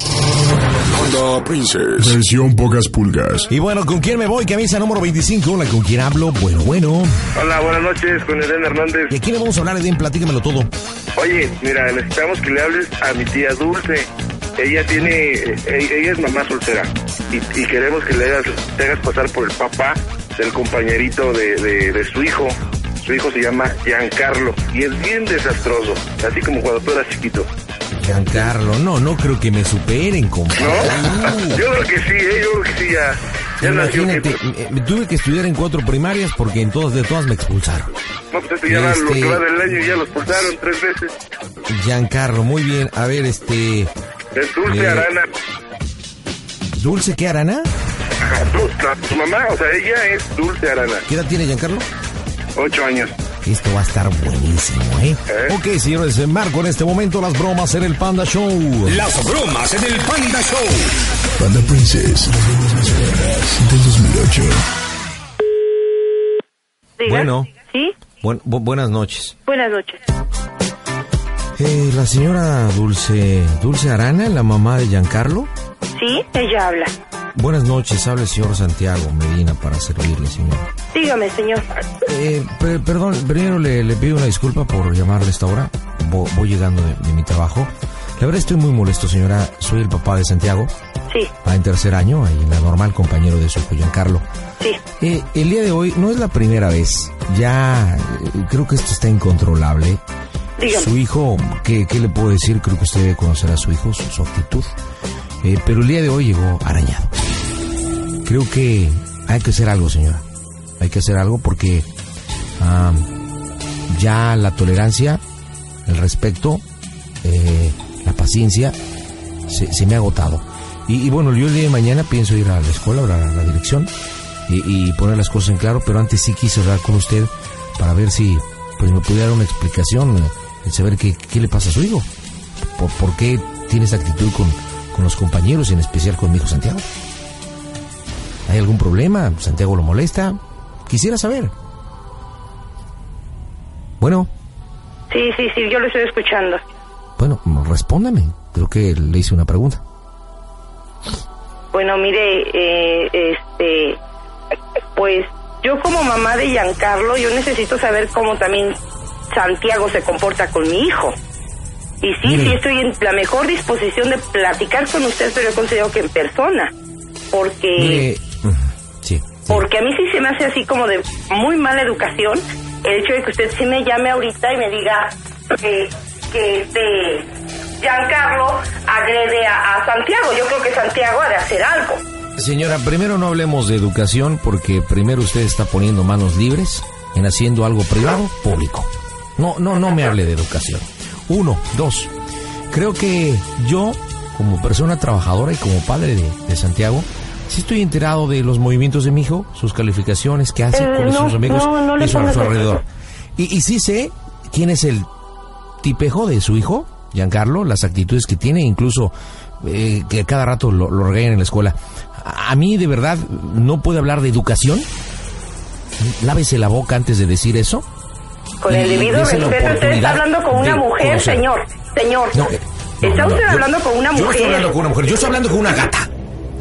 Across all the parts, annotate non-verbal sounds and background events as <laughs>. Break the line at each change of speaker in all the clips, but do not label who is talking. Honda Princess. Versión pocas pulgas.
Y bueno, ¿con quién me voy? Camisa número 25. Hola, ¿con quién hablo? Bueno, bueno.
Hola, buenas noches, con Eden Hernández.
¿Y aquí le vamos a hablar, Edén? Platícamelo todo.
Oye, mira, necesitamos que le hables a mi tía Dulce. Ella tiene, e- ella es mamá soltera y, y queremos que le hagas, te hagas pasar por el papá del compañerito de, de- de su hijo. Su hijo se llama Giancarlo y es bien desastroso, así como cuando tú eras chiquito.
Giancarlo, no, no creo que me superen,
¿No?
compadre.
Yo creo que sí, ¿eh? yo creo que sí, ya. Ya nació que-
Ah.
pues,
Imagínate, me- me tuve que estudiar en cuatro primarias porque en todas de todas me expulsaron.
No, pues este ya va lo
Este-
que va del año ya los pulsaron tres veces.
Giancarlo, muy bien. A ver, este.
Es Dulce
Mira.
Arana.
¿Dulce qué harana?
Ajá, Dulce, su mamá, o sea, ella es Dulce Arana.
¿Qué edad tiene Giancarlo?
Ocho años.
Esto va a estar buenísimo, ¿eh?
¿Eh?
Ok, señores, marco en este momento las bromas en el Panda Show.
Las bromas en el Panda Show.
Panda Princess. Las bromas más buenas del 2008.
Diga.
Bueno.
Sí,
Buen- bu- buenas noches.
buenas noches.
Eh, la señora Dulce, Dulce Arana, la mamá de Giancarlo.
Sí, ella habla.
Buenas noches, habla el señor Santiago Medina para servirle, señor.
Dígame, señor.
Eh, pe- perdón, primero le, le pido una disculpa por llamarle a esta hora. Vo- voy llegando de, de mi trabajo. La verdad estoy muy molesto, señora. Soy el papá de Santiago.
Sí,
Va en tercer año, ahí en la normal, compañero de su hijo Giancarlo.
sí.
Eh, el día de hoy no es la primera vez. Ya eh, creo que esto está incontrolable.
Dígame.
Su hijo, ¿qué, qué le puedo decir? Creo que usted debe conocer a su hijo, su, su actitud. Eh, pero el día de hoy llegó arañado. Creo que hay que hacer algo, señora. Hay que hacer algo porque ah, ya la tolerancia, el respeto, eh, la paciencia se, se me ha agotado. Y, y bueno, yo el día de mañana pienso ir a la escuela, a la, a la dirección y, y poner las cosas en claro, pero antes sí quise hablar con usted para ver si pues me pudiera dar una explicación, eh, el saber qué, qué le pasa a su hijo, por, por qué tiene esa actitud con, con los compañeros, en especial con mi hijo Santiago. ¿Hay algún problema? ¿Santiago lo molesta? Quisiera saber. Bueno,
Sí, sí, sí, yo lo estoy escuchando.
bueno, respóndame. Creo que le hice una pregunta.
Bueno, mire, eh, este, pues yo como mamá de Giancarlo, yo necesito saber cómo también Santiago se comporta con mi hijo. Y sí,
Mire.
sí estoy en la mejor disposición de platicar con usted, pero yo considero que en persona, porque
Mire, sí, sí.
Porque a mí sí se me hace así como de muy mala educación el hecho de que usted sí me llame ahorita y me diga eh, que este Giancarlo agrede a, a Santiago. Yo creo que Santiago ha de hacer algo.
Señora, primero no hablemos de educación porque primero usted está poniendo manos libres en haciendo algo privado público. No, no, no me hable de educación. Uno, dos. Creo que yo, como persona trabajadora y como padre de, de Santiago, sí estoy enterado de los movimientos de mi hijo, sus calificaciones que hace
Eh,
con
no,
sus amigos
no, no le
y su,
pongas
su
eso.
alrededor. Y, y sí sé quién es el tipejo de su hijo, Giancarlo, las actitudes que tiene, incluso eh, que cada rato lo, lo regañan en la escuela. A, a mí, de verdad, no puede hablar de educación. Lávese la boca antes de decir eso.
Con
Y
el debido
dese la
respeto, usted está
oportunidad
hablando con una
de
mujer,
conocer.
señor. Señor,
No, eh, no,
está
no,
usted
yo-
hablando con una
Yo no estoy
mujer.
hablando con una mujer, yo estoy hablando con una gata.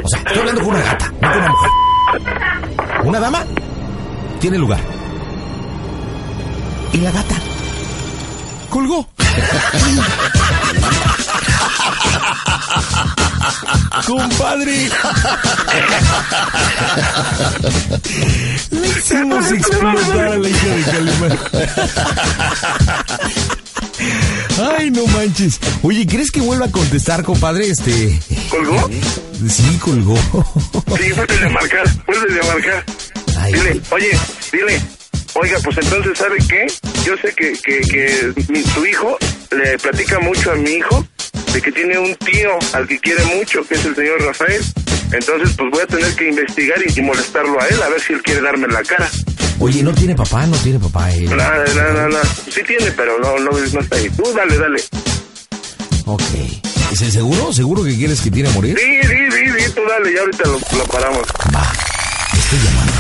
O sea, estoy hablando con una gata, no con una mujer. Una dama tiene lugar. Y la gata colgó. Compadre. Le hicimos explotar a la hija de Calimán. Ay, no manches. Oye, ¿crees que vuelva a contestar, compadre? Este.
¿Colgó?
Sí, colgó.
Sí, vuelve a marcar, vuelve a marcar.
Ay.
Dile, oye, dile. Oiga, pues entonces, ¿sabe qué? Yo sé que, que, que mi- su hijo le platica mucho a mi hijo de que tiene un tío al que quiere mucho, que es el señor Rafael. Entonces, pues voy a tener que investigar y, y molestarlo a él, a ver si él quiere darme la cara.
Oye, no tiene papá, no tiene papá. eh.
Nada, nada, nada. Sí tiene, pero no, no, no está ahí. Tú dale, dale.
Ok. ¿Es el seguro? ¿Seguro que quieres que tiene a morir?
Sí, sí, sí, sí, tú dale, ya ahorita lo, lo paramos.
Va, te estoy llamando.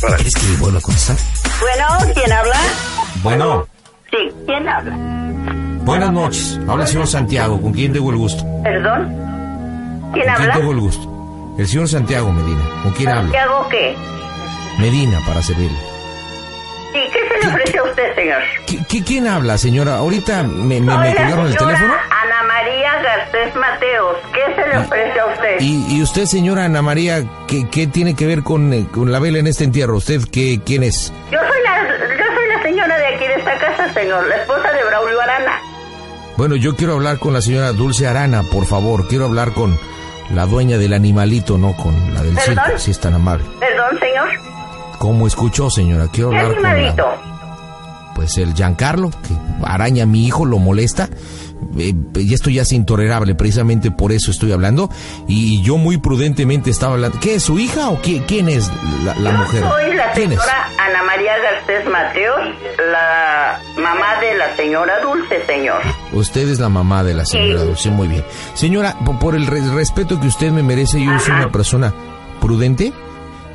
Para.
¿Quieres que vuelva a contestar?
Bueno, ¿quién habla?
Bueno,
Sí, ¿quién habla?
buenas noches. Habla el señor Santiago, ¿con quién tengo el gusto?
¿Perdón? ¿Quién
¿Con quién
habla?
tengo el gusto? El señor Santiago Medina, ¿con quién hablo?
¿Qué hago qué?
Medina, para servirle.
¿Y qué se le ofrece a usted, señor?
¿Qui- qui- quién habla, señora? Ahorita me, me, me
Soy la
colgaron el
señora
teléfono.
Ana María Garcés Mateos. ¿Qué se le ofrece a usted?
Y, y usted, señora Ana María, ¿qué, qué tiene que ver con, eh, con la vela en este entierro? ¿Usted qué, quién es?
Yo soy la yo soy la señora de aquí de esta casa, señor, la esposa de Braulio Arana.
Bueno, yo quiero hablar con la señora Dulce Arana, por favor. Quiero hablar con la dueña del animalito, no con la del
¿Perdón?
circo, si es tan amable.
Perdón, señor.
¿Cómo escuchó, señora? Quiero
¿Qué
hablar con la-
animalito?
pues el Giancarlo, que araña a mi hijo, lo molesta. Eh, y esto ya es intolerable, precisamente por eso estoy hablando. Y yo muy prudentemente estaba hablando. ¿Qué es su hija o qué- quién es la, la
Yo
mujer?
soy la
¿Quién es?
señora Ana María Garcés Mateos, la mamá de la señora Dulce, señor.
Usted es la mamá de la señora
Sí.
Dulce, muy bien. Señora, po- por el re- respeto que usted me merece, yo soy
Ajá.
una persona prudente.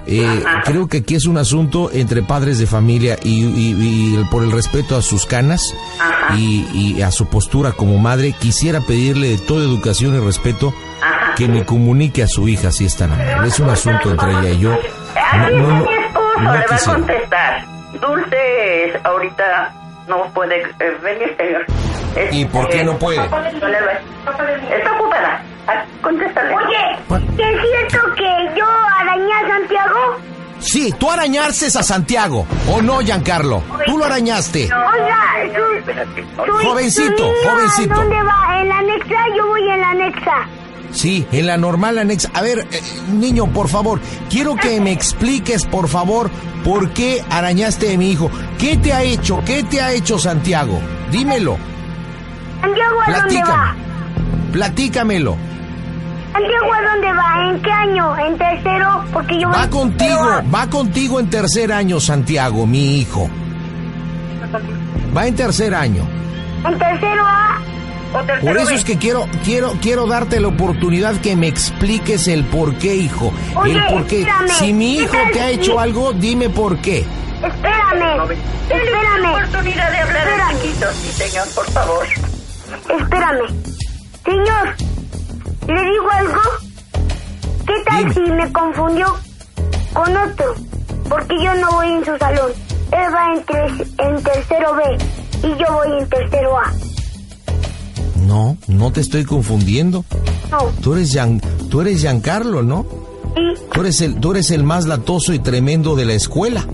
Eh,
Ajá.
creo que aquí es un asunto entre padres de familia y, y- y el- por el respeto a sus canas
Ajá.
y, y a su postura como madre, quisiera pedirle de toda educación y respeto
Ajá.
que me comunique a su hija si es tan amable. Es un asunto entre ella y yo. No,
Aquí
no,
está
no,
mi
no
esposo, le va a
quisiera.
contestar. Dulce es- ahorita no puede eh, venir, señor.
¿Y por qué no puede?
no le va- Está ocupada. Ah, Contéstale.
Bueno.
Oye, ¿es cierto que yo arañé a Santiago?
Sí, tú arañarse a Santiago. ¿O no, Giancarlo? Tú lo arañaste.
Oiga, su, su-
Jovencito,
su niño, ¿a
jovencito.
¿Dónde va? ¿En la anexa? Yo voy en la anexa.
Sí, en la normal anexa. A ver, eh, niño, por favor, quiero que me expliques, por favor, por qué arañaste a mi hijo. ¿Qué te ha hecho? ¿Qué te ha hecho Santiago? Dímelo,
¿Santiago a dónde va?
platícame. Platícamelo.
¿Santiago a dónde va? ¿En qué año? ¿En tercero? Porque yo voy
Va
en
contigo,
tercero A.
va contigo en tercer año, Santiago, mi hijo. Va en tercer año.
En tercero A.
Por eso es que quiero, quiero, quiero darte la oportunidad que me expliques el por qué, hijo.
Oye,
el por qué.
espérame,
Si mi
¿qué
hijo
tal
te ha
si-
hecho algo, dime por qué.
Espérame. Espérame.
oportunidad de hablar
Espérame.
de chiquitos, sí, señor, por favor.
Espérame. Señor, ¿le digo algo? ¿Qué
Dime.
tal si me confundió con otro? Porque yo no voy en su salón. Él va en, tres- en tercero B y yo voy en tercero A.
No, no te estoy confundiendo.
No,
Tú eres Gian- tú eres Giancarlo, ¿no?
sí,
Tú eres el, tú eres el más latoso y tremendo de la escuela.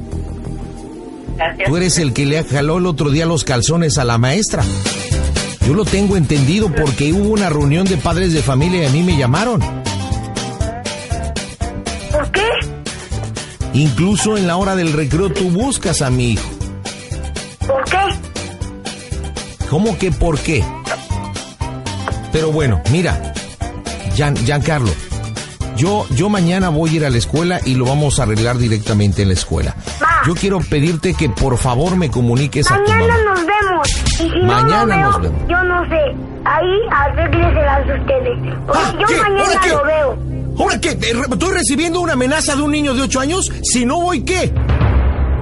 Gracias.
Tú eres el que le jaló el otro día los calzones a la maestra. Yo lo tengo entendido porque hubo una reunión de padres de familia y a mí me llamaron.
¿por qué?
Incluso en la hora del recreo tú buscas a mi hijo.
¿Por qué?
¿Cómo que por qué? Pero bueno, mira, Gian, Giancarlo, yo, yo mañana voy a ir a la escuela y lo vamos a arreglar directamente en la escuela.
Ma.
Yo quiero pedirte que por favor me comuniques a tu
Mañana
mamá.
nos vemos. Y si
Mañana
no lo
nos
veo,
vemos.
yo no sé. Ahí arrégleselas ustedes. Porque
Ah,
yo
¿qué? ¿Ahora
mañana
qué?
lo veo.
¿Ahora qué? Eh, re- ¿Estoy recibiendo una amenaza de un niño de 8 años? Si no voy, ¿qué?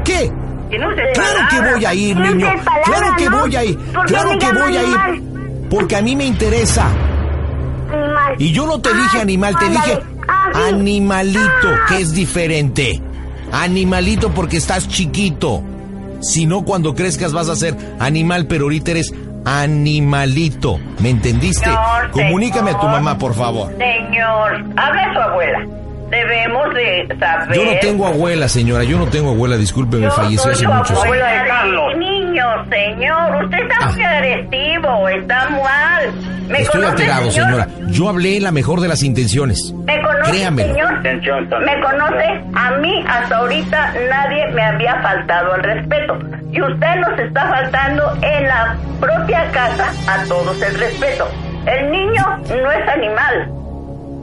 ¿Qué?
Tiene usted
Pues, Claro que
palabra.
voy a ir,
Siempre
niño.
palabra,
Claro que
¿no?
voy a ir.
¿Por qué
Claro
me
que
llama
voy a ir.
animal?
Porque a mí me interesa.
Animal.
Y yo no te dije
Ah,
animal, te dije
ándale. Ah, sí.
animalito,
Ah.
que es diferente. Animalito porque estás chiquito. Si no, cuando crezcas vas a ser animal, pero ahorita eres animalito. ¿Me entendiste?
Señor,
Comunícame a tu
señor.
mamá, por favor.
Señor, habla su abuela. Debemos de saber.
Yo no tengo abuela, señora. Yo no tengo abuela. Disculpe, me
Yo
falleció
soy
hace
su
muchos años.
abuela de Carlos. Niño, señor, usted está muy
Ah.
agresivo, está mal. ¿Me
Estoy
conoce,
alterado,
señor?
señora. Yo hablé la mejor de las intenciones.
¿Me conoce,
Créamelo.
señor? ¿Me conoce? A mí hasta ahorita nadie me había faltado al respeto. Y usted nos está faltando en la propia casa a todos el respeto. El niño no es animal.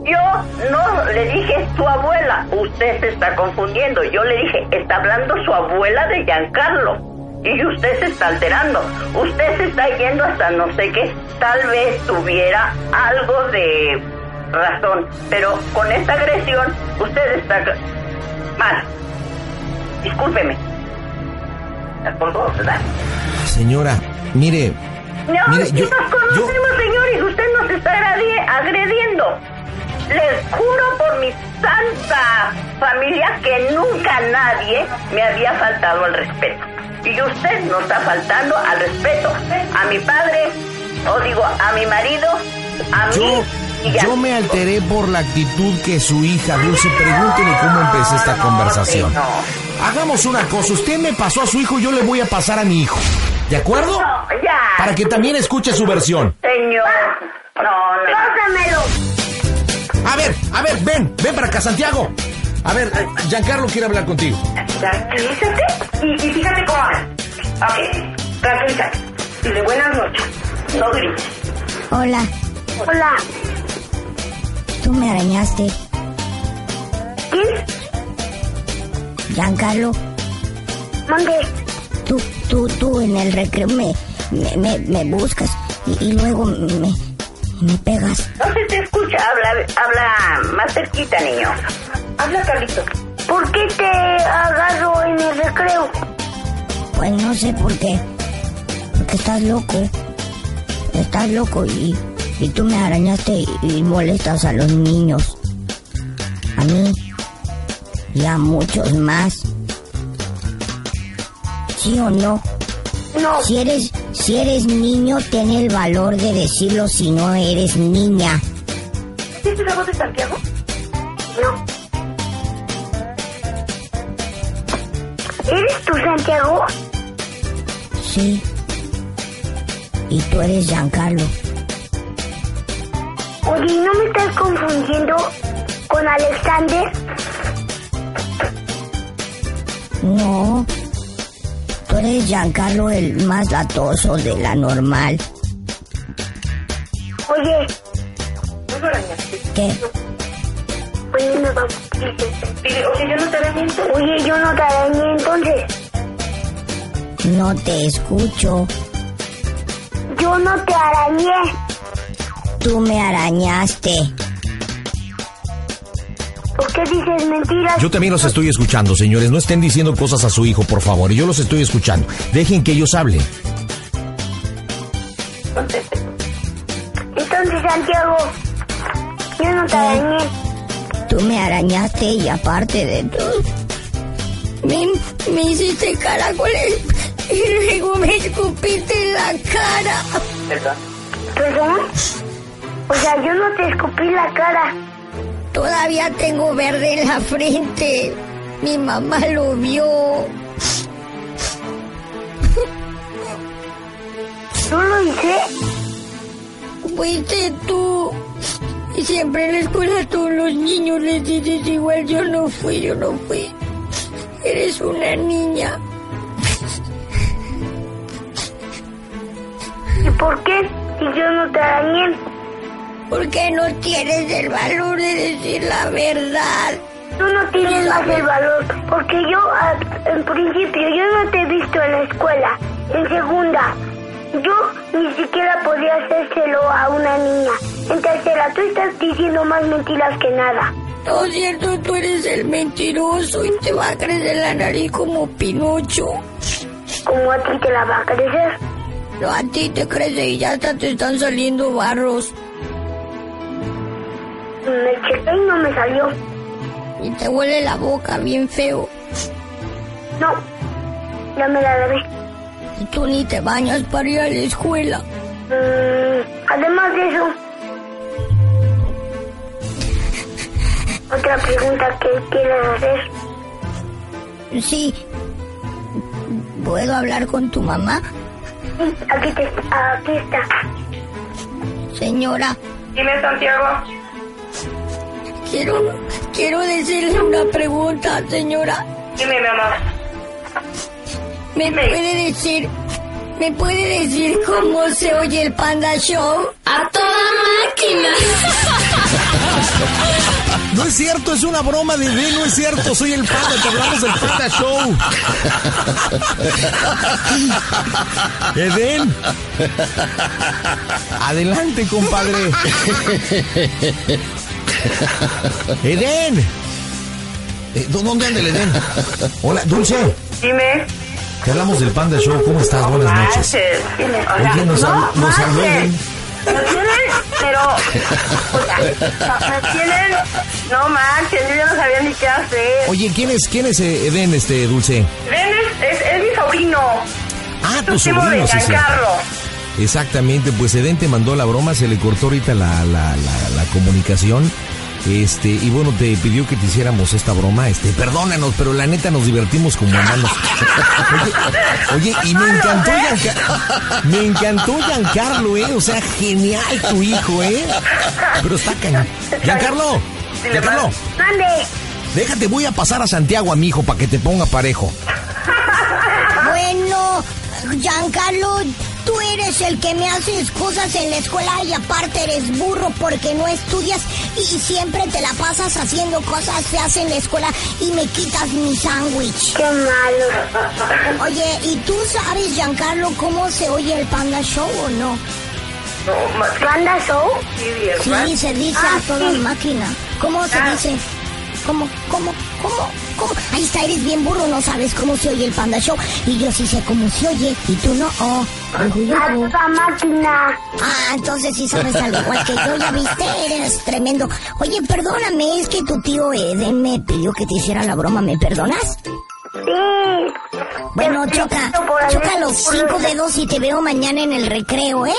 Yo no le dije tu abuela. Usted se está confundiendo. Yo le dije, está hablando su abuela de Giancarlo. Y usted se está alterando. Usted se está yendo hasta no sé qué. Tal vez tuviera algo de razón. Pero con esta agresión, usted está mal. Discúlpeme. ¿La colgó, verdad?
Señora, mire,
No,
Mire,
si
yo-
nos conocemos, señores. Usted nos está agredi- agrediendo. Les juro por mi santa familia que nunca nadie me había faltado al respeto. Y usted no está faltando al respeto a mi padre, o digo, a mi marido, a mí.
yo,
y a
yo
mi
me
hijo.
alteré por la actitud que su hija Dulce. Pregúntele cómo empecé esta
Ah, No,
conversación.
sí, no.
Hagamos una cosa, usted me pasó a su hijo, yo le voy a pasar a mi hijo. ¿De acuerdo?
No, ya.
Para que también escuche su versión.
Señor. No, no.
¡Pásamelo!
A ver, a ver, ven, ven para acá, Santiago. A ver, eh, Giancarlo quiere hablar contigo.
Tranquilízate y, y fíjate cómo habla. Ok, tranquilízate. Dile buenas noches. No grites.
Hola,
Hola,
tú me arañaste.
¿quién?
Giancarlo,
Mande.
tú, tú, tú en el recreo me, me, me, me buscas y, y luego me, me pegas.
No se te escucha. Habla, habla más cerquita, niño. Habla, Carlito.
¿Por qué te agarro en el recreo?
Pues no sé por qué. Porque estás loco. Estás loco y, y tú me arañaste y, y molestas a los niños. A mí y a muchos más. ¿Sí o no?
No,
Si eres, si eres niño, ten el valor de decirlo si no eres niña.
¿Viste la voz de Santiago?
no. ¿Eres tú, Santiago?
Sí. Y tú eres Giancarlo.
Oye, ¿no me estás confundiendo con Alexander?
No. Tú eres Giancarlo el más latoso de la normal.
Oye,
¿Qué?
oye, me va
Dile, oye, yo no te miento.
Oye, yo no te arañé entonces.
No te escucho.
Yo no te arañé.
Tú me arañaste.
¿Por qué dices mentiras?
Yo también los estoy escuchando, señores. No estén diciendo cosas a su hijo, por favor. Yo los estoy escuchando. Dejen que ellos hablen.
Entonces, Santiago, yo no te arañé.
Tú me arañaste y aparte de todo. Me, me hiciste caracoles y luego me escupiste en la cara.
¿Perdón? O sea, yo no te escupí la cara.
Todavía tengo verde en la frente. Mi mamá lo vio.
¿Tú lo hice?
Fuiste tú. Y siempre en la escuela todos los niños les dices igual, yo no fui, yo no fui. Eres una niña.
¿Y por qué? Si yo no te arañé.
¿Por qué no tienes el valor de decir la verdad?
Tú no tienes más el valor. Porque yo, a- en principio, yo no te he visto en la escuela. En segunda, yo ni siquiera podía hacérselo a una niña. En tercera, tú estás diciendo más mentiras que nada.
No es cierto, tú eres el mentiroso y te va a crecer la nariz como Pinocho.
Como a ti te la va a crecer.
No, a ti te crece y ya hasta te están saliendo barros.
Me chequé y no me salió.
Y te huele la boca bien feo.
No, ya me la lavé.
Y tú ni te bañas para ir a la escuela.
Mm, además de eso, otra pregunta que quieres hacer.
Sí. ¿Puedo hablar con tu mamá?
Sí, Aquí, te, aquí está.
Señora,
Dime, Santiago.
quiero, quiero decirle una pregunta, señora.
Dime, mi amor.
¿Me
Dime.
puede decir
¿Me puede decir cómo se oye el Panda Show? A toda máquina.
No es cierto, es una broma de no es cierto, soy el panda, te hablamos del panda show.
Edén. Adelante, compadre. Edén. Eh, ¿dó- ¿Dónde anda el Edén? Hola, Dulce.
Dime.
Te hablamos del Panda Show. ¿Cómo estás? Buenas noches.
Manches. O sea,
Oye,
no
nos hab- nos habló
manches.
Edén.
Me tienen,
<laughs>
pero. o sea, me tienen. No manches, yo ya no sabía ni qué hacer.
Oye, ¿quién es, quién es eh, Edén, este, Dulce?
Ven, es, es, es mi sobrino.
Ah,
Tu
tu sobrino,
de
sí, sí.
Giancarlo.
Exactamente, pues Edén te mandó la broma, se le cortó ahorita la, la- la- la comunicación. Este, y bueno, te pidió que te hiciéramos esta broma. Este, perdónanos, pero la neta nos divertimos como hermanos. Oye, oye, y me encantó Gianca- Me encantó Giancarlo, eh. O sea, genial tu hijo, eh. Pero está cañón. Giancarlo, Giancarlo,
Mande.
déjate, voy a pasar a Santiago a mi hijo para que te ponga parejo. <laughs>
Bueno, Giancarlo, tú eres el que me haces cosas en la escuela y aparte eres burro porque no estudias y siempre te la pasas haciendo cosas feas en la escuela y me quitas mi sándwich.
Qué malo.
Oye, ¿y tú sabes, Giancarlo, cómo se oye el Panda Show o no?
No, ma-
¿Panda show?
sí, bien,
Sí,
¿verdad?
se dice
Ah,
a toda
sí.
máquina. ¿Cómo se
Ah.
dice? ¿Cómo, cómo, cómo, cómo? Ahí está, eres bien burro, no sabes cómo se oye el Panda Show. Y yo sí sé cómo se oye, y tú no. Oh,
A
orgulloso.
toda máquina.
Ah, entonces sí sabes al igual que yo, ya viste, eres tremendo. Oye, perdóname, es que tu tío Eden me pidió que te hiciera la broma, ¿me perdonas?
Sí.
Bueno, choca, choca los cinco dedos y te veo mañana en el recreo, ¿eh?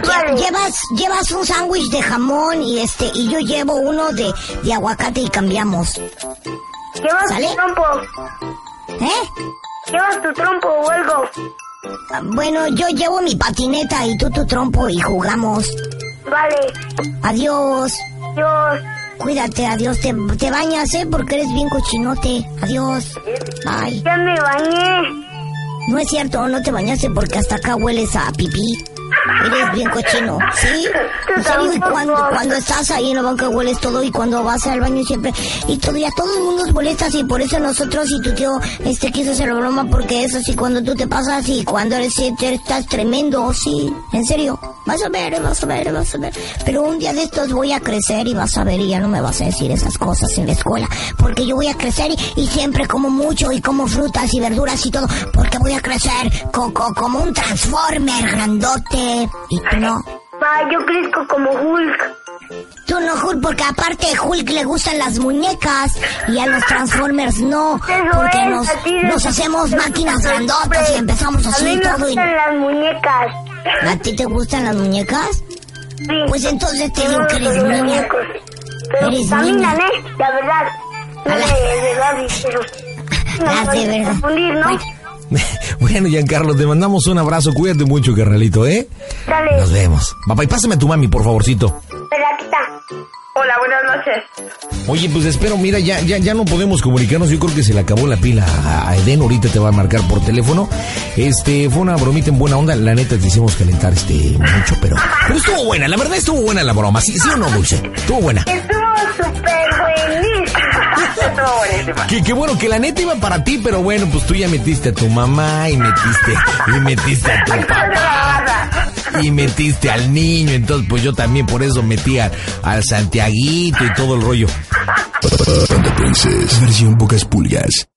Lle- Llevas, llevas un sándwich de jamón y este, y yo llevo uno de, de aguacate y cambiamos,
Llevas
¿Sale?
tu trompo.
¿eh?
Llevas tu trompo o algo.
Ah, Bueno, yo llevo mi patineta y tú tu trompo y jugamos.
Vale.
Adiós.
Dios.
Cuídate, adiós. Te, te bañas, ¿eh? Porque eres bien cochinote. Adiós. Bye.
Ya me bañé.
No es cierto, no te bañaste porque hasta acá hueles a pipí. Eres bien cochino, ¿sí?
Tú
En serio, y
tampoco.
cuando, cuando estás ahí en la banca hueles todo y cuando vas al baño siempre... Y todavía todo el mundo molestas y por eso nosotros y tu tío este, quiso hacer la broma porque eso sí, cuando tú te pasas y cuando eres sí, te- estás tremendo, sí. En serio, vas a ver, vas a ver, vas a ver. Pero un día de estos voy a crecer y vas a ver y ya no me vas a decir esas cosas en la escuela. Porque yo voy a crecer y, y siempre como mucho y como frutas y verduras y todo. Porque voy a crecer co- co- como un transformer grandote. Y tú no.
Va, yo crezco como Hulk.
Tú no, Hulk, porque aparte a Hulk le gustan las muñecas y a los Transformers no,
Eso
porque
es,
nos,
a ti
nos
te-
hacemos
te-
máquinas
te-
grandotas y empezamos
A mí
así y
me
todo. Y...
gustan las muñecas.
¿A ti te gustan las muñecas?
Sí.
Pues entonces te digo
Todos
que eres
los
niña.
muñecos. Pero
Eres
caminan,
niña.
¿eh? La verdad. No
A la-
de verdad, pero...
<laughs> Las de
voy a
verdad.
confundir, ¿no?
bueno, Giancarlo, te mandamos un abrazo. Cuídate mucho, carnalito, ¿eh?
Dale.
Nos vemos. Papá, y pásame a tu mami, por favorcito.
Espera, aquí está.
Hola, buenas noches.
Oye, pues espero, mira, ya, ya, ya no podemos comunicarnos. Yo creo que se le acabó la pila a a Eden. Ahorita te va a marcar por teléfono. Este, fue una bromita en buena onda. La neta, te hicimos calentar este mucho, pero, pero estuvo buena. La verdad, estuvo buena la broma. ¿Sí, sí o no, Dulce? Estuvo buena.
Estuvo súper <laughs> buenísimo.
Estuvo buenísima.
Que, que bueno, que la neta iba para ti, pero bueno, pues tú ya metiste a tu mamá y metiste, y metiste a tu papá y metiste al niño. Entonces, pues yo también por eso metí a- al Santiaguito y todo el rollo.
Panda Princess, versión pocas pulgas.